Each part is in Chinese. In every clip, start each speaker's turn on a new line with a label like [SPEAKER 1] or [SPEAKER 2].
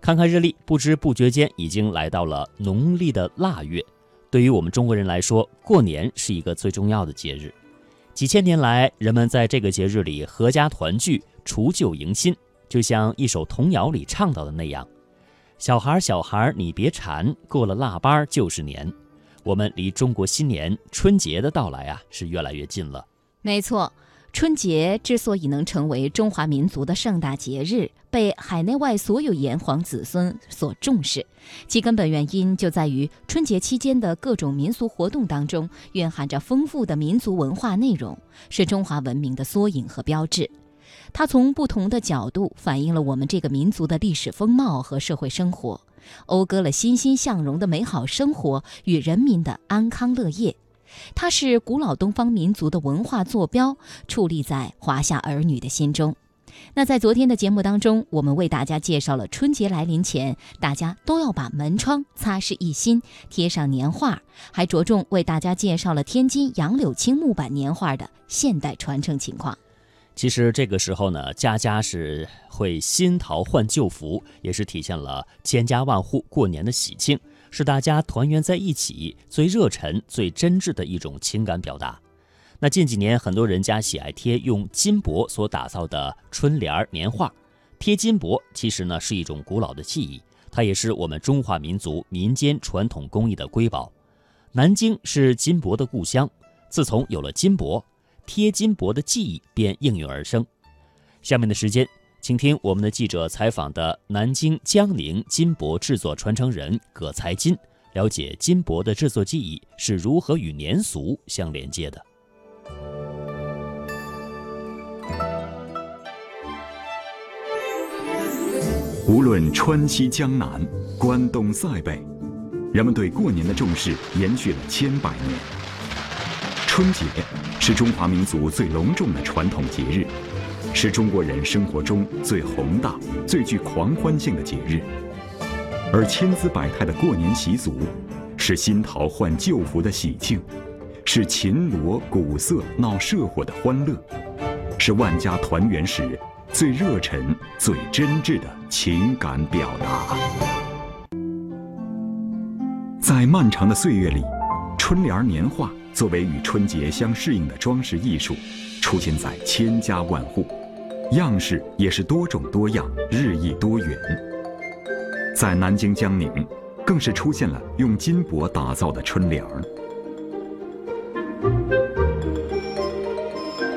[SPEAKER 1] 看看日历，不知不觉间已经来到了农历的腊月。对于我们中国人来说，过年是一个最重要的节日。几千年来，人们在这个节日里合家团聚、除旧迎新，就像一首童谣里唱到的那样：“小孩儿，小孩儿，你别馋，过了腊八儿就是年。”我们离中国新年、春节的到来啊，是越来越近了。
[SPEAKER 2] 没错，春节之所以能成为中华民族的盛大节日，被海内外所有炎黄子孙所重视，其根本原因就在于春节期间的各种民俗活动当中蕴含着丰富的民族文化内容，是中华文明的缩影和标志。它从不同的角度反映了我们这个民族的历史风貌和社会生活，讴歌了欣欣向荣的美好生活与人民的安康乐业。它是古老东方民族的文化坐标，矗立在华夏儿女的心中。那在昨天的节目当中，我们为大家介绍了春节来临前，大家都要把门窗擦拭一新，贴上年画，还着重为大家介绍了天津杨柳青木板年画的现代传承情况。
[SPEAKER 1] 其实这个时候呢，家家是会新桃换旧符，也是体现了千家万户过年的喜庆，是大家团圆在一起最热忱、最真挚的一种情感表达。那近几年，很多人家喜爱贴用金箔所打造的春联儿、年画。贴金箔其实呢是一种古老的技艺，它也是我们中华民族民间传统工艺的瑰宝。南京是金箔的故乡，自从有了金箔，贴金箔的技艺便应运而生。下面的时间，请听我们的记者采访的南京江宁金箔制作传承人葛才金，了解金箔的制作技艺是如何与年俗相连接的。
[SPEAKER 3] 无论川西江南、关东塞北，人们对过年的重视延续了千百年。春节是中华民族最隆重的传统节日，是中国人生活中最宏大、最具狂欢性的节日。而千姿百态的过年习俗，是新桃换旧符的喜庆，是秦锣鼓瑟闹社火的欢乐，是万家团圆时最热忱、最真挚的情感表达。在漫长的岁月里，春联儿年画作为与春节相适应的装饰艺术，出现在千家万户，样式也是多种多样、日益多元。在南京江宁，更是出现了用金箔打造的春联儿。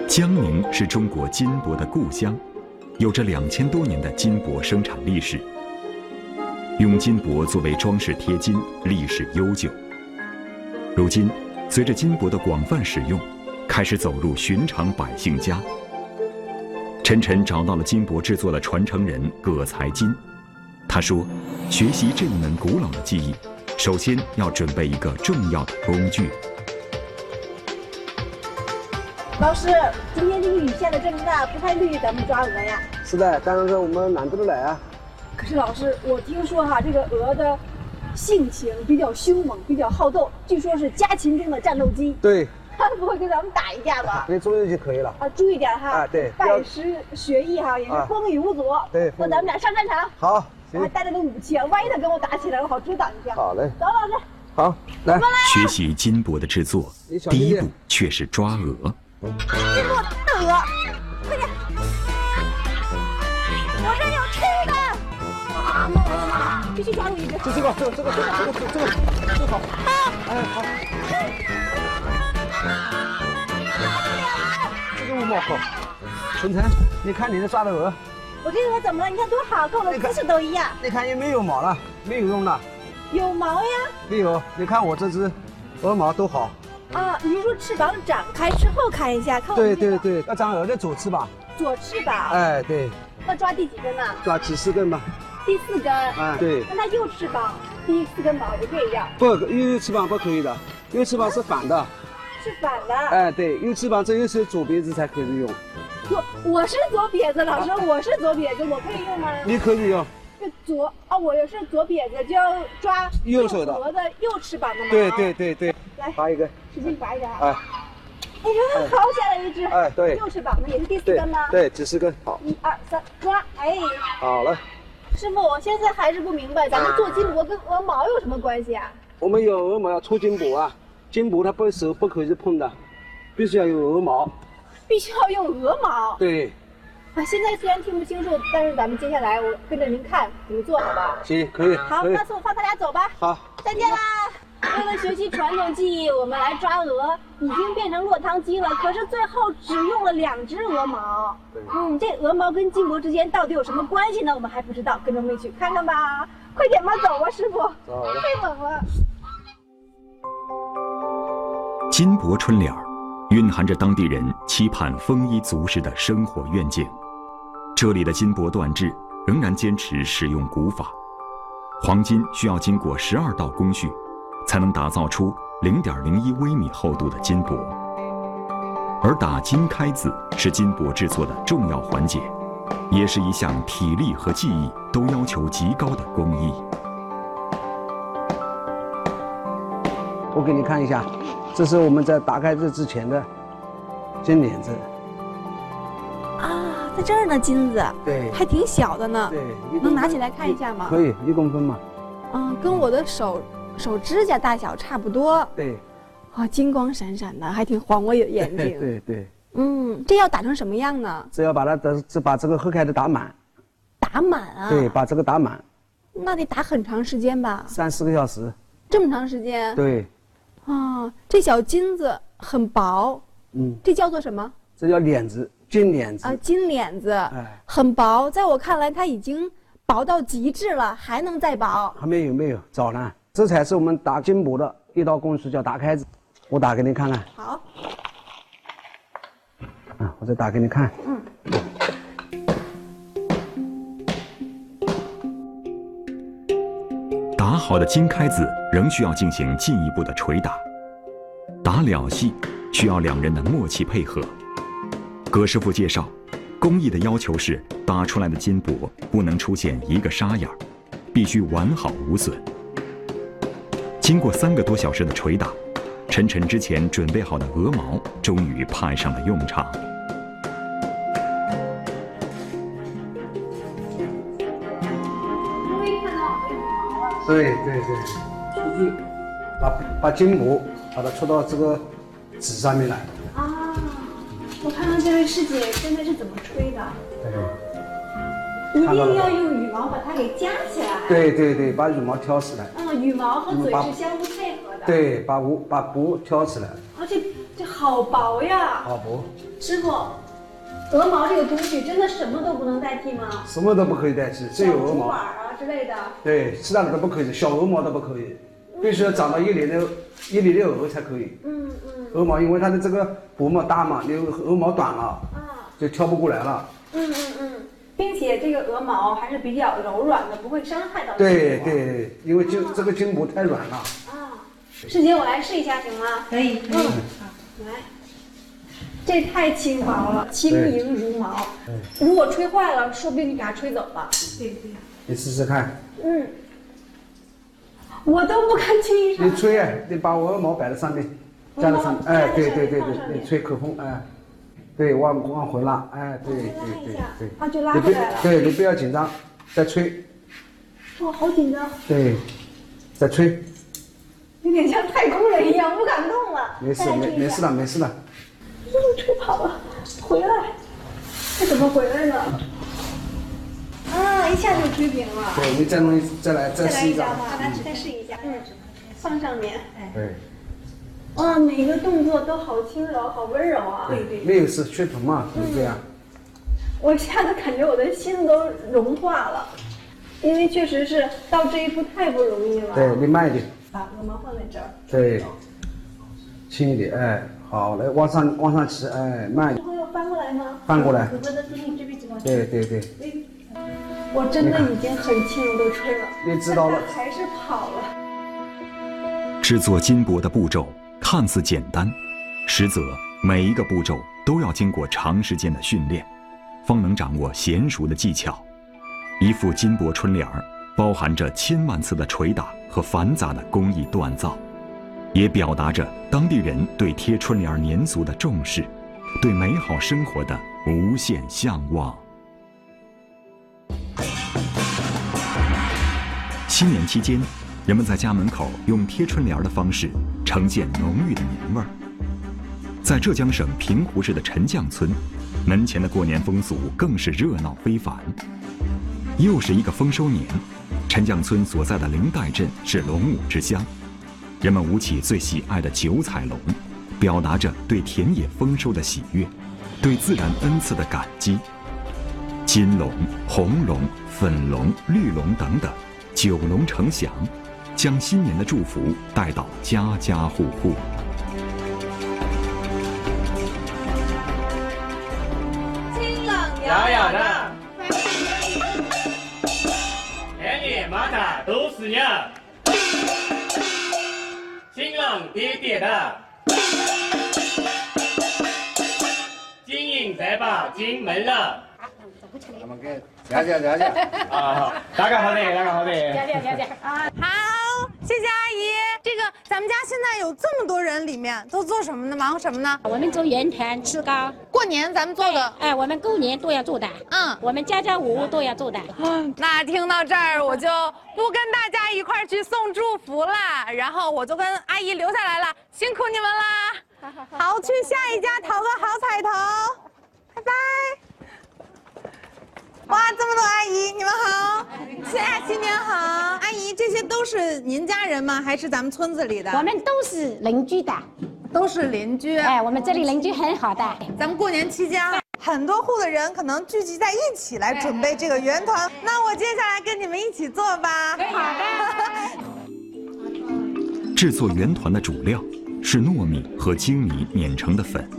[SPEAKER 3] 江宁是中国金箔的故乡，有着两千多年的金箔生产历史。用金箔作为装饰贴金，历史悠久。如今，随着金箔的广泛使用，开始走入寻常百姓家。晨晨找到了金箔制作的传承人葛才金，他说，学习这一门古老的技艺，首先要准备一个重要的工具。
[SPEAKER 4] 老师，今天这个雨下的这么大，不太利于咱们抓鹅呀。
[SPEAKER 5] 是的，但是我们懒得来啊。
[SPEAKER 4] 可是老师，我听说哈，这个鹅的性情比较凶猛，比较好斗，据说是家禽中的战斗机。
[SPEAKER 5] 对，
[SPEAKER 4] 它不会跟咱们打一架吧？
[SPEAKER 5] 可以注意就可以了。
[SPEAKER 4] 啊，注意点哈。
[SPEAKER 5] 啊对
[SPEAKER 4] 拜
[SPEAKER 5] 要
[SPEAKER 4] 师学艺哈，也是
[SPEAKER 5] 啊
[SPEAKER 4] 风雨无阻。
[SPEAKER 5] 对
[SPEAKER 4] 那
[SPEAKER 5] 风雨
[SPEAKER 4] 咱们俩上战场，
[SPEAKER 5] 好，
[SPEAKER 4] 我还
[SPEAKER 5] 行，
[SPEAKER 4] 带着个武器啊，万一他跟我打起来，我好遮挡一下。
[SPEAKER 5] 好嘞，
[SPEAKER 4] 走，老师。
[SPEAKER 5] 好，来，
[SPEAKER 3] 学习金箔的制作
[SPEAKER 5] 你，小
[SPEAKER 3] 第
[SPEAKER 5] 心
[SPEAKER 3] 一
[SPEAKER 5] 点
[SPEAKER 3] 步却是抓鹅。
[SPEAKER 4] 这给我大鹅，快点！我这有吃的。必须抓住一只！
[SPEAKER 5] 这这个，这个，这个，这个，这个，这个，这个好。哎，好。这个我们好。晨晨，你看你这抓的鹅，
[SPEAKER 4] 我这鹅怎么了？你看多好，跟我的姿势都一样。
[SPEAKER 5] 你看有没有毛了？没有用了，
[SPEAKER 4] 有毛呀！
[SPEAKER 5] 没有。你看我这只，鹅毛都好。
[SPEAKER 4] 啊，你是说翅膀展开之后看一下，看我
[SPEAKER 5] 对
[SPEAKER 4] 们这
[SPEAKER 5] 对
[SPEAKER 4] 个
[SPEAKER 5] 对，要长鹅的左翅膀。
[SPEAKER 4] 左翅膀，
[SPEAKER 5] 哎，对，
[SPEAKER 4] 那抓第几根呢？
[SPEAKER 5] 抓几十根吧。
[SPEAKER 4] 第四根。
[SPEAKER 5] 哎，对，
[SPEAKER 4] 那它右翅膀第四根毛也这样，
[SPEAKER 5] 不，右翅膀不可以的，右翅膀是反的。
[SPEAKER 4] 是反了。
[SPEAKER 5] 哎，对，右翅膀这又是左鼻子才可以用，
[SPEAKER 4] 左，我是左撇子，老师，我是左撇子，我可以用吗？
[SPEAKER 5] 你可以用。
[SPEAKER 4] 这左啊，我要是左撇子就要抓
[SPEAKER 5] 右手的
[SPEAKER 4] 鹅的右翅膀的毛。
[SPEAKER 5] 对对，对对，
[SPEAKER 4] 来
[SPEAKER 5] 拔一根，
[SPEAKER 4] 使劲拔一下啊！
[SPEAKER 5] 哎
[SPEAKER 4] 哎呀，好下来一只。
[SPEAKER 5] 哎对
[SPEAKER 4] 右翅膀的也是第四
[SPEAKER 5] 对
[SPEAKER 4] 根吗？，
[SPEAKER 5] 对，几十根，好，
[SPEAKER 4] 一二三，抓！哎，
[SPEAKER 5] 好了，
[SPEAKER 4] 师傅，我现在还是不明白，咱们做金箔跟鹅毛有什么关系啊？
[SPEAKER 5] 我们有鹅毛要出金箔啊，金箔它不手不可以碰的，必须要有鹅毛。
[SPEAKER 4] 必须要用鹅毛
[SPEAKER 5] 对，
[SPEAKER 4] 啊！现在虽然听不清楚，但是咱们接下来我跟着您看怎么做，好吧？
[SPEAKER 5] 行，可以，
[SPEAKER 4] 好，
[SPEAKER 5] 可以
[SPEAKER 4] 那，送放他俩走吧，
[SPEAKER 5] 好，
[SPEAKER 4] 再见啦！为了学习传统技艺，我们来抓鹅，已经变成落汤鸡了，可是最后只用了两只鹅毛。
[SPEAKER 5] 对
[SPEAKER 4] 嗯，这鹅毛跟金箔之间到底有什么关系呢？我们还不知道，跟着我们一起看看吧。快点吧，走吧，师傅，
[SPEAKER 5] 走了。
[SPEAKER 4] 太猛了。
[SPEAKER 3] 金箔春联儿蕴含着当地人期盼丰衣足食的生活愿景。这里的金箔缎制仍然坚持使用古法，黄金需要经过十二道工序，才能打造出零点零一微米厚度的金箔。而打金开字是金箔制作的重要环节，也是一项体力和技艺都要求极高的工艺。
[SPEAKER 5] 我给你看一下，这是我们在打开这之前的金莲子。
[SPEAKER 6] 啊，在这儿呢，金子
[SPEAKER 5] 对
[SPEAKER 6] 还挺小的呢，
[SPEAKER 5] 对，
[SPEAKER 6] 能拿起来看一下吗？
[SPEAKER 5] 可以，一公分嘛。
[SPEAKER 6] 嗯，跟我的手手指甲大小差不多
[SPEAKER 5] 对，
[SPEAKER 6] 啊，金光闪闪的，还挺晃我眼眼睛。
[SPEAKER 5] 对对，
[SPEAKER 6] 嗯，这要打成什么样呢？
[SPEAKER 5] 只要把它的这把这个后盖的打满，
[SPEAKER 6] 打满啊？
[SPEAKER 5] 对，把这个打满，
[SPEAKER 6] 那得打很长时间吧？
[SPEAKER 5] 三四个小时。
[SPEAKER 6] 这么长时间？
[SPEAKER 5] 对，
[SPEAKER 6] 啊，这小金子很薄，
[SPEAKER 5] 嗯，
[SPEAKER 6] 这叫做什么？
[SPEAKER 5] 这叫脸子，金脸子
[SPEAKER 6] 啊，。金链子，
[SPEAKER 5] 哎，
[SPEAKER 6] 很薄。在我看来，它已经薄到极致了，还能再薄。
[SPEAKER 5] 还没有没有，早呢。这才是我们打金箔的一道工序，叫打开子。我打给你看看
[SPEAKER 6] 好，
[SPEAKER 5] 啊，我再打给你看。
[SPEAKER 3] 打好的金开子仍需要进行进一步的捶打，打了戏需要两人的默契配合。葛师傅介绍，工艺的要求是打出来的金箔不能出现一个沙眼儿，必须完好无损。经过三个多小时的捶打，晨晨之前准备好的鹅毛终于派上了用场。
[SPEAKER 5] 对对对，出去把把金箔把它戳到这个纸上面来。
[SPEAKER 4] 啊，我看看这位师姐现在是怎么吹
[SPEAKER 6] 啊
[SPEAKER 4] 的，
[SPEAKER 5] 对
[SPEAKER 4] 一
[SPEAKER 5] 看到了
[SPEAKER 4] 定
[SPEAKER 5] 吗
[SPEAKER 4] 要用羽毛把它给夹起来。
[SPEAKER 5] 对对对，把羽毛挑起来。
[SPEAKER 4] 嗯，羽毛和嘴是相互配合的。，
[SPEAKER 5] 对，把无把布挑起来，
[SPEAKER 4] 啊，这这好薄呀！
[SPEAKER 5] 好不？
[SPEAKER 4] 师傅，鹅毛这个工序真的什么都不能代替吗？
[SPEAKER 5] 什么都不可以代替，只有鹅
[SPEAKER 4] 像竹板
[SPEAKER 5] 毛。
[SPEAKER 4] 啊之类的。
[SPEAKER 5] 对，其他的都不可以，小鹅毛都不可以，必须要长到一厘的一厘的鹅才可以。
[SPEAKER 4] 嗯嗯
[SPEAKER 5] 鹅毛因为它的这个薄嘛大嘛，你鹅毛短了
[SPEAKER 4] 啊
[SPEAKER 5] 就挑不过来了。
[SPEAKER 4] 嗯嗯嗯，并且这个鹅毛还是比较柔软的，不会伤害到
[SPEAKER 5] 对
[SPEAKER 4] 你。
[SPEAKER 5] 对，因为金这个金箔太软了。
[SPEAKER 4] 啊，师姐，我来试一下行吗？嗯
[SPEAKER 7] 可以，可以。
[SPEAKER 4] 来，这太轻薄了，轻盈如毛。如果吹坏了，说不定就给它吹走了。
[SPEAKER 5] 你试试看，
[SPEAKER 4] 嗯，我都不敢轻易
[SPEAKER 5] 你
[SPEAKER 4] 上。
[SPEAKER 5] 吹啊，你把鹅毛摆在上面，站在上面，
[SPEAKER 4] 鹅毛
[SPEAKER 5] 哎，
[SPEAKER 4] 夹在
[SPEAKER 5] 对
[SPEAKER 4] 上
[SPEAKER 5] 对
[SPEAKER 4] 面
[SPEAKER 5] 对
[SPEAKER 4] 放
[SPEAKER 5] 对
[SPEAKER 4] 上，面
[SPEAKER 5] 你吹口风，哎，对，往往回拉，哎，对对
[SPEAKER 4] 拉一
[SPEAKER 5] 对
[SPEAKER 4] 下
[SPEAKER 5] 对，
[SPEAKER 4] 啊就拉
[SPEAKER 5] 你
[SPEAKER 4] 回
[SPEAKER 5] 别
[SPEAKER 4] 来了
[SPEAKER 5] 对你不要紧张，再吹，
[SPEAKER 4] 我好紧张，
[SPEAKER 5] 对，再吹，
[SPEAKER 4] 有点像太空人一样，不敢动了。
[SPEAKER 5] 没事
[SPEAKER 4] 再来
[SPEAKER 5] 没
[SPEAKER 4] 吹一
[SPEAKER 5] 没
[SPEAKER 4] 下
[SPEAKER 5] 事的没事的，
[SPEAKER 4] 又吹跑了，回来，这怎么回来呢？啊，一下就吹平了。
[SPEAKER 5] 对，你再弄一再来再
[SPEAKER 4] 再来
[SPEAKER 5] 试一
[SPEAKER 4] 一
[SPEAKER 5] 张
[SPEAKER 4] 下，吧，再再试一下。哎嗯，放上面。
[SPEAKER 5] 对，
[SPEAKER 4] 哇，每个动作都好轻柔，好温柔啊！
[SPEAKER 5] 没有事，缺铜嘛，就是这样，
[SPEAKER 4] 我一下子感觉我的心都融化了，因为确实是到这一步太不容易了。
[SPEAKER 5] 对，你慢一点，
[SPEAKER 4] 把鹅毛放在这儿，
[SPEAKER 5] 对，轻一点，哎，好，来往上往上骑，哎，慢
[SPEAKER 4] 然
[SPEAKER 5] 一点，
[SPEAKER 4] 后要翻过来吗？
[SPEAKER 5] 翻过来，
[SPEAKER 7] 对
[SPEAKER 5] 对对对。
[SPEAKER 4] 我真的已经很轻柔的吹了，
[SPEAKER 5] 你知道了
[SPEAKER 4] 但它还是跑了。
[SPEAKER 3] 制作金箔的步骤看似简单，实则每一个步骤都要经过长时间的训练，方能掌握娴熟的技巧。一副金箔春联儿包含着千万次的捶打和繁杂的工艺锻造，也表达着当地人对贴春联儿年俗的重视，对美好生活的无限向往。新年期间，人们在家门口用贴春联儿的方式呈现浓郁的年味儿。在浙江省平湖市的陈将村，门前的过年风俗更是热闹非凡。又是一个丰收年，陈将村所在的灵代镇是龙武之乡，人们舞起最喜爱的九彩龙，表达着对田野丰收的喜悦，对自然恩赐的感激。金龙、红龙、粉龙、绿龙等等，九龙呈祥，将新年的祝福带到家家户户。
[SPEAKER 7] 清朗
[SPEAKER 8] 痒痒的，田里马塔都是娘，新郎爹爹的，金银财宝进门了。
[SPEAKER 5] 咱们给了解了解。
[SPEAKER 8] 啊，好，大家好嘞，大家好嘞。
[SPEAKER 7] 啊！好，谢谢阿姨。这个咱们家现在有这么多人，里面都做什么呢？忙什么呢？
[SPEAKER 9] 我们做圆团、吃糕，
[SPEAKER 7] 过年咱们做的。
[SPEAKER 9] 哎，我们过年都要做的，
[SPEAKER 7] 嗯，
[SPEAKER 9] 我们家家户户都要做的。
[SPEAKER 7] 那听到这儿，我就不跟大家一块儿去送祝福啦，然后我就跟阿姨留下来了，辛苦你们啦！好，去下一家讨个好彩头，拜拜。哇，这么多阿姨，你们好，谢谢新年好，阿姨，这些都是您家人吗？还是咱们村子里的？
[SPEAKER 9] 我们都是邻居的，
[SPEAKER 7] 都是邻居。啊
[SPEAKER 9] 哎，我们这里邻居很好的。
[SPEAKER 7] 咱们过年期间啊，很多户的人可能聚集在一起来准备这个圆团。那我接下来跟你们一起做吧。好的。
[SPEAKER 3] 制作圆团的主料是糯米和精米碾成的粉。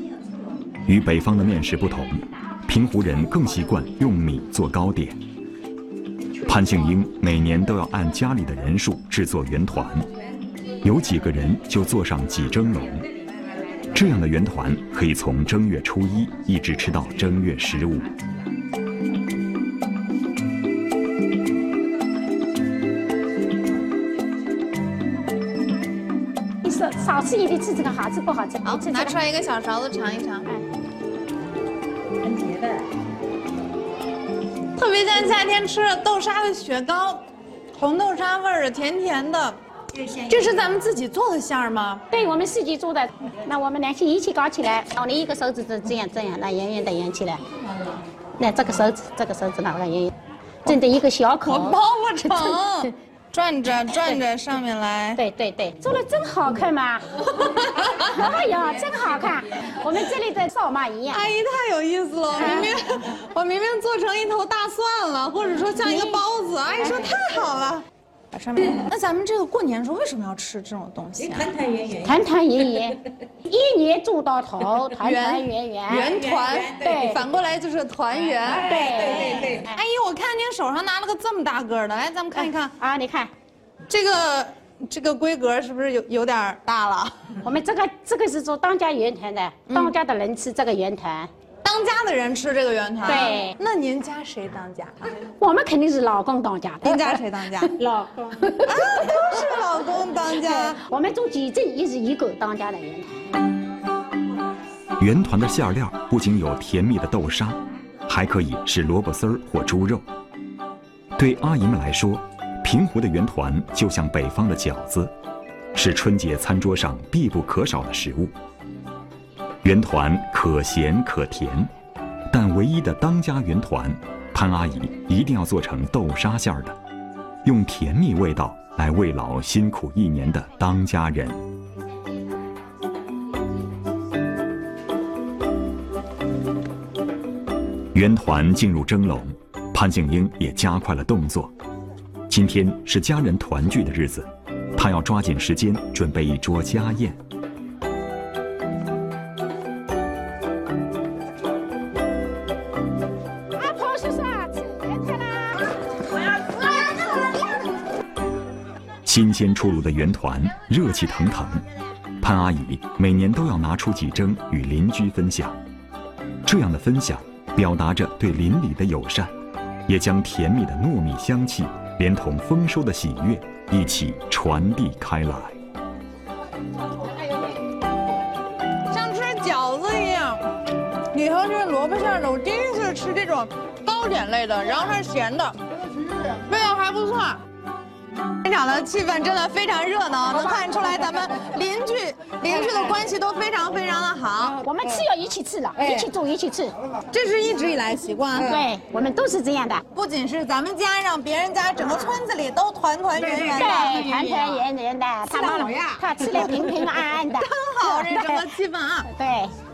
[SPEAKER 3] 与北方的面食不同，平湖人更习惯用米做糕点。潘杏英每年都要按家里的人数制作圆团，有几个人就做上几蒸笼。这样的圆团可以从正月初一一直吃到正月十五。
[SPEAKER 9] 你说少吃一点，吃这个好吃不好吃？好吃这个
[SPEAKER 7] 来一个小勺子尝一尝，特别像夏天吃的豆沙的雪糕，红豆沙味儿的，甜甜的。这是咱们自己做的馅儿吗？
[SPEAKER 9] 对我们自己做的，那我们联系一起搞起来。哦，你一个手指这这样这样，那圆圆的圆起来。那这个手指，这个手指哪个圆圆？正的一个小口。
[SPEAKER 7] 我帮我尝， 转着转着上面来。
[SPEAKER 9] 对对对，做的真好看 嘛！哎呀，真好看！我们这里的扫码一样，
[SPEAKER 7] 阿姨太有意思了，我明明我明明做成一头大蒜了，或者说像一个包子，阿姨说太好了。把上面，那咱们这个过年的时候为什么要吃这种东西啊？
[SPEAKER 9] 团团圆 圆，一年做到头，团团圆圆。
[SPEAKER 7] 圆团，
[SPEAKER 9] 对哎
[SPEAKER 7] 反过来就是团圆。
[SPEAKER 9] 对对
[SPEAKER 7] 阿姨，我看您手上拿了个这么大个儿的，来，咱们看一看，
[SPEAKER 9] 啊，你看，
[SPEAKER 7] 这个这个规格是不是有有点儿大了？
[SPEAKER 9] 我们这个这个是做当家圆团的，
[SPEAKER 7] 嗯
[SPEAKER 9] 当家的人吃这个圆团，
[SPEAKER 7] 当家的人吃这个圆团，
[SPEAKER 9] 对
[SPEAKER 7] 那您家谁当 家？
[SPEAKER 9] 我们肯定是老公当家。
[SPEAKER 7] 您家谁当 家？
[SPEAKER 9] 老公。
[SPEAKER 7] 啊，都是老公当家。
[SPEAKER 9] 我们做矩阵也是一个当家的圆团。
[SPEAKER 3] 圆团的馅料不仅有甜蜜的豆沙，还可以是萝卜丝儿或猪肉。对阿姨们来说，平湖的圆团就像北方的饺子，是春节餐桌上必不可少的食物。圆团可咸可甜，但唯一的当家圆团，潘阿姨一定要做成豆沙馅儿的，用甜蜜味道来慰劳辛苦一年的当家人。圆团进入蒸笼，潘静英也加快了动作。今天是家人团聚的日子，她要抓紧时间准备一桌家宴。
[SPEAKER 9] 阿婆叔叔啊，吃圆团啦！
[SPEAKER 3] 新鲜出炉的圆团热气腾腾，潘阿姨每年都要拿出几蒸与邻居分享。这样的分享表达着对邻里的友善，也将甜蜜的糯米香气连同丰收的喜悦一起传递开来。
[SPEAKER 7] 像吃饺子一样，里头是萝卜馅儿的。我第一次吃这种糕点类的，然后是咸的，味道还不错。现场的气氛真的非常热闹，能看出来咱们邻居邻居的关系都非常非常的好。
[SPEAKER 9] 我们吃要一起吃
[SPEAKER 7] 嗯
[SPEAKER 9] 了，
[SPEAKER 7] 哎
[SPEAKER 9] 一起住一起吃，
[SPEAKER 7] 这是一直以来习惯。
[SPEAKER 9] 对我们都是这样的。
[SPEAKER 7] 不仅是咱们家，让别人家整个村子里都团团圆圆的，
[SPEAKER 9] 对，团团圆圆的，他
[SPEAKER 7] 嗯吃得
[SPEAKER 9] 妈
[SPEAKER 7] 好呀
[SPEAKER 9] 他吃的平平安安的，
[SPEAKER 7] 真好，这整个气氛啊！
[SPEAKER 9] 对。